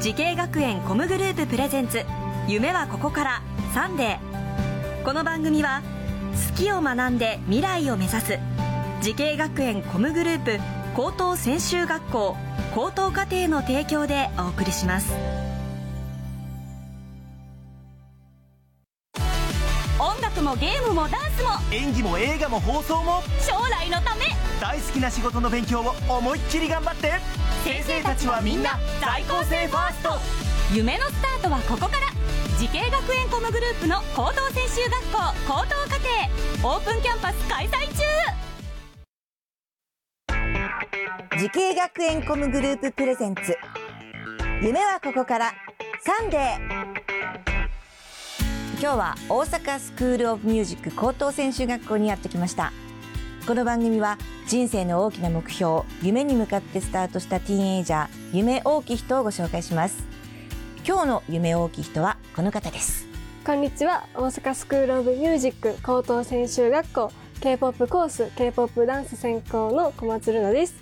時系学園コムグループプレゼンツ夢はここからサンデーこの番組は好きを学んで未来を目指す時系学園コムグループ高等専修学校高等課程の提供でお送りします音楽もゲームもダンスも演技も映画も放送も将来のため大好きな仕事の勉強を思いっきり頑張って先生たちはみんな在校生ファースト夢のスタートはここから慈恵学園コムグループの高等専修学校高等課程オープンキャンパス開催中時系学園コムグループプレゼンツ夢はここからサンデー今日は大阪スクールオブミュージック高等専修学校にやってきましたこの番組は人生の大きな目標夢に向かってスタートしたティーンエイジャー夢大きい人をご紹介します今日の夢大きい人はこの方ですこんにちは大阪スクールオブミュージック高等専修学校 K-POP コース K-POP ダンス専攻の小松ルナです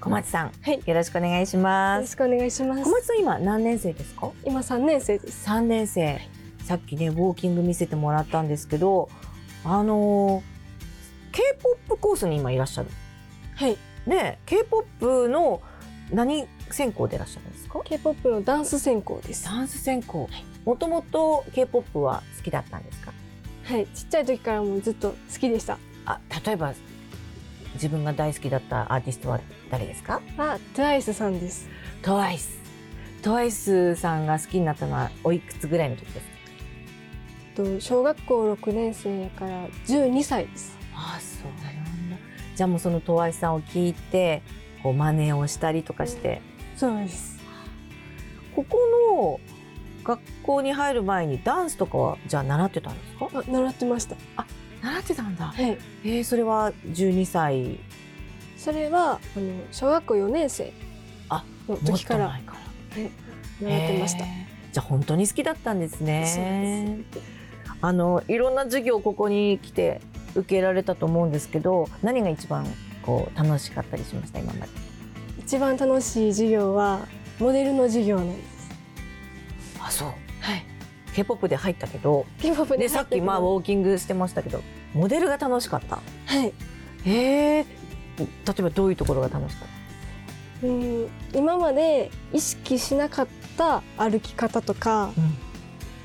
小松さん、はいよろしくお願いしよまろすしくお願いします小松さん今何年生ですか今3年生です3年生さっきねウォーキング見せてもらったんですけどあの k p o p コースに今いらっしゃるはいね k p o p の何専攻でいらっしゃるんですか K-POP のダンス専攻ですはダンス専攻もともと k p o p は好きだったんですかいちっちゃい時からもうずっと好きでしたあ例えば自分が大好きだったアーティストは誰ですかあ、TWICE さんです TWICE TWICE さんが好きになったのはおいくつぐらいの時ですかと小学校6年生から12歳ですあそうなんだじゃあもうその TWICE さんを聞いてこう真似をしたりとかして、そうですここの学校に入る前にダンスとかはじゃあ習ってたんですかあ、習ってました習ってたんだはいえー、それは12歳それはあの小学校4年生あのもっ時とから前から習ってましたへーじゃあ本当に好きだったんですそうねあのいろんな授業ここに来て受けられたと思うんですけど何が一番こう楽しかったりしました今まで一番楽しい授業はモデルの授業なんです。あそうはい k p o p で入ったけど、 K-POP ね、でさっきまあウはォーキングしてましたけどモデルが楽しかったい。へえ例えばどういうところが楽しかったうん今まで意識しなかった歩き方とか、うん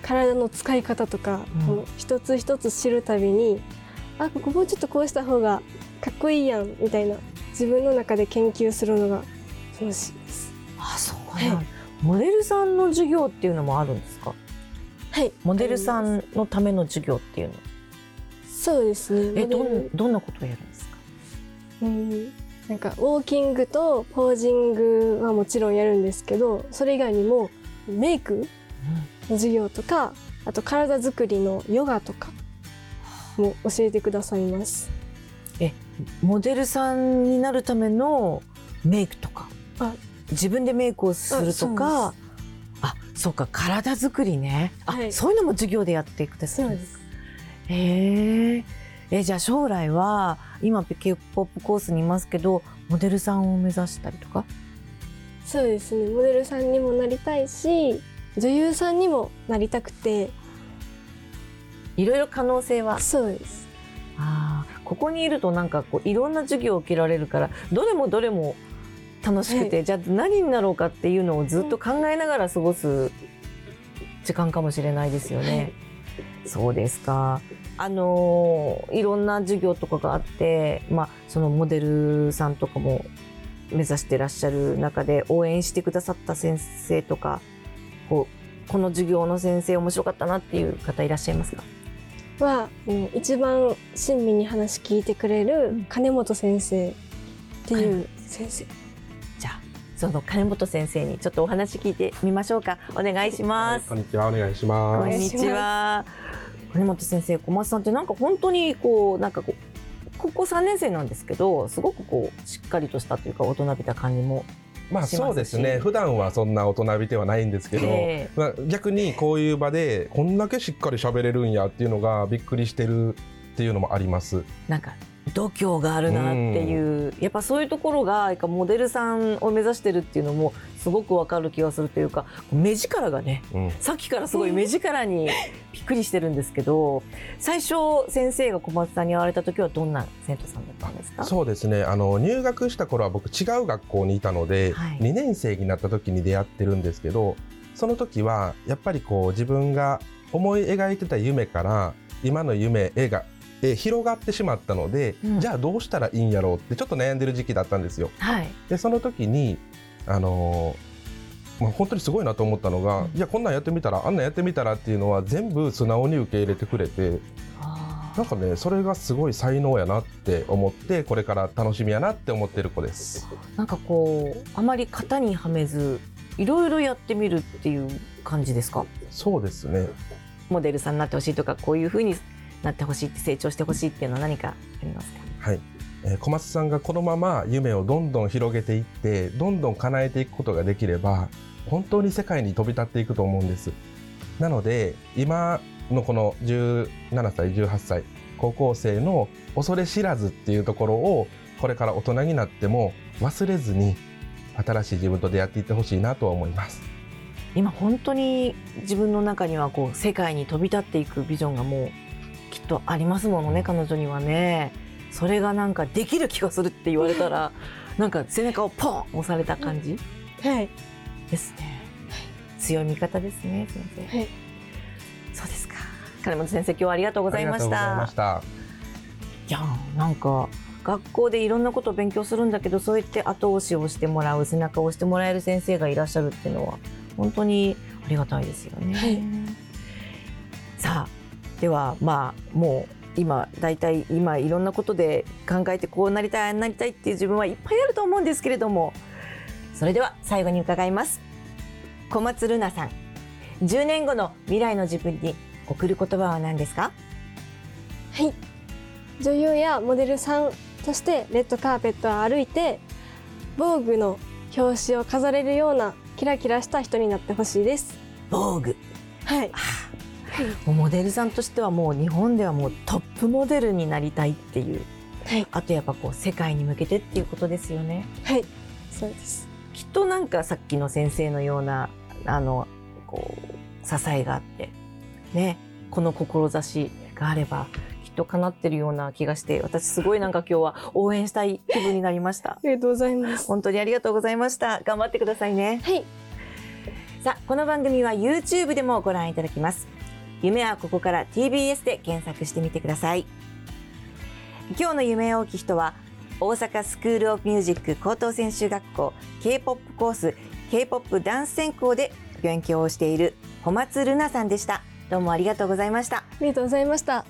体の使い方とか、うんこの一つ一つ知るたびに、あここもうちょっとこうした方がかっこいいやんみたいな自分の中で研究するのが楽しいです。あ、そうなんだモデルさんの授業っていうのもあるんですか。はい。モデルさありまんのための授業っていうの。す。そうですね。え、モデどルん、どんなことをやるんですか。うんなんかウォーキングとポージングはもちろんやるんですけどそれ以外にもメイクの授業とかあと体作りのヨガとかも教えてくださいますモデルさんになるためのメイクとかあ。自分でメイクをするとか。あ、そうか、体作りね。あ、はいそういうのも授業でやってくださるんですか。すへえ。え、じゃあ将来は今 K-POP コースにいますけど、モデルさんを目指したりとか。そうですねモデルさんにもなりたいし女優さんにもなりたくていろいろ可能性はそうですあーここにいるとなんかこういろんな授業を受けられるからどれもどれも楽しくて、じゃあ何になろうかっていうのをずっと考えながら過ごす時間かもしれないですよね。そうですかあのーいろんな授業とかがあって、まあ、そのモデルさんとかも目指してらっしゃる中で応援してくださった先生とかこうこの授業の先生面白かったなっていう方いらっしゃいますかはうん一番親身に話聞いてくれる金本先生っていう先生じゃあその金本先生にちょっとお話聞いてみましょうかお願いしまはいす、こんにちは、お願いしこまんす。にちは金本先生小松さんってなんか本当にこうなんかこう高校3年生なんですけどすごくこうしっかりとしたというか大人びた感じもまあ、しますしそうですね。普段はそんな大人びてはないんですけど、えまあ、逆にこういう場でこんだけしっかり喋れるんやっていうのがびっくりしてるっていうのもあります。ーなんか度胸があるなっていうやっぱそういうところがなんかモデルさんを目指してるっていうのもすごくわかる気がするというか目力がねうんさっきからすごい目力にびっくりしてるんですけど最初先生が小松さんに会われた時はどんな生徒さんだったんですかそうですねあの入学した頃は僕違う学校にいたので、はい2年生になった時に出会ってるんですけどその時はやっぱりこう自分が思い描いてた夢から今の夢絵がえ広がってしまったので、うんじゃあどうしたらいいんやろうってちょっと悩んでる時期だったんですよ。はいでその時にあのーまあ、本当にすごいなと思ったのうが、んいやこんなんやってみたらあんなんやってみたらっていうのは全部素直に受け入れてくれてなんかねそれがすごい才能やなって思ってこれから楽しみやなって思ってる子ですなんかこうあまり型にはめずいろいろやってみるっていう感じですかそうですねモデルさんになってほしいとかこういうふうになってほしいって成長してほしいっていうのは何かありますかはい、えー小松さんがこのまま夢をどんどん広げていってどんどん叶えていくことができれば本当に世界に飛び立っていくと思うんですなので今のこの17歳18歳高校生の恐れ知らずっていうところをこれから大人になっても忘れずに新しい自分と出会っていってほしいなとは思います今本当に自分の中にはこう世界に飛び立っていくビジョンがもうきっとありますものね彼女にはねそれがなんかできる気がするって言われたらなんか背中をポン押された感じはい。ですね強い味方ですね先生はい。そうですか金本先生今日はありがとうございましありがとうございたましたいやーなんか学校でいろんなことを勉強するんだけどそうやって後押しをしてもらう背中を押してもらえる先生がいらっしゃるっていうのは本当にありがたいですよね。はいさあではまあもう今大体今いろんなことで考えてこうなりたいああなりたいっていう自分はいっぱいあると思うんですけれどもそれでは最後に伺います小松ルナさん10年後の未来の自分に送る言葉は何ですかはい。女優やモデルさんとしてレッドカーペットを歩いて、防具の表紙を飾れるようなキラキラした人になってほしいです。防具はい。もうモデルさんとしてはもう日本ではもうトップモデルになりたいっていう、はいあとやっぱこう世界に向けてっていうことですよねはい。そうです。きっとなんかさっきの先生のようなあのこう支えがあってねこの志があればきっと叶ってるような気がして私すごいなんか今日は応援したい気分になりましあたりがとうございます。本当にありがとうございました頑張ってくださいねはい。さあこの番組は YouTube でもご覧いただきます夢はここから TBS で検索してみてください今日の夢大きい人は大阪スクールオブミュージック高等専修学校 K-POP コース K-POP ダンス専攻で勉強をしている小松ルナさんでしたどうもありがとうございましたありがとうございました。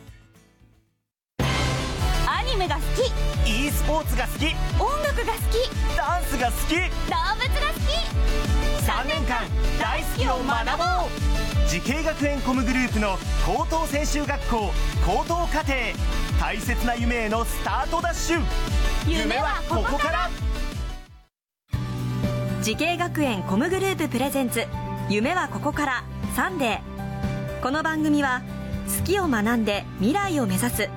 アニメが好き e スポーツが好き音楽が好きダンスが好き動物が好き3年間大好きを学ぼう慈恵学園コムグループの高等専修学校高等課程大切な夢へのスタートダッシュ夢はここからら慈恵学園コムグループプレゼンツ夢はここからサンデーこの番組は好きを学んで未来を目指す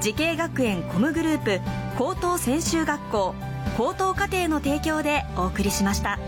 慈恵学園コムグループ高等専修学校高等課程の提供でお送りしました。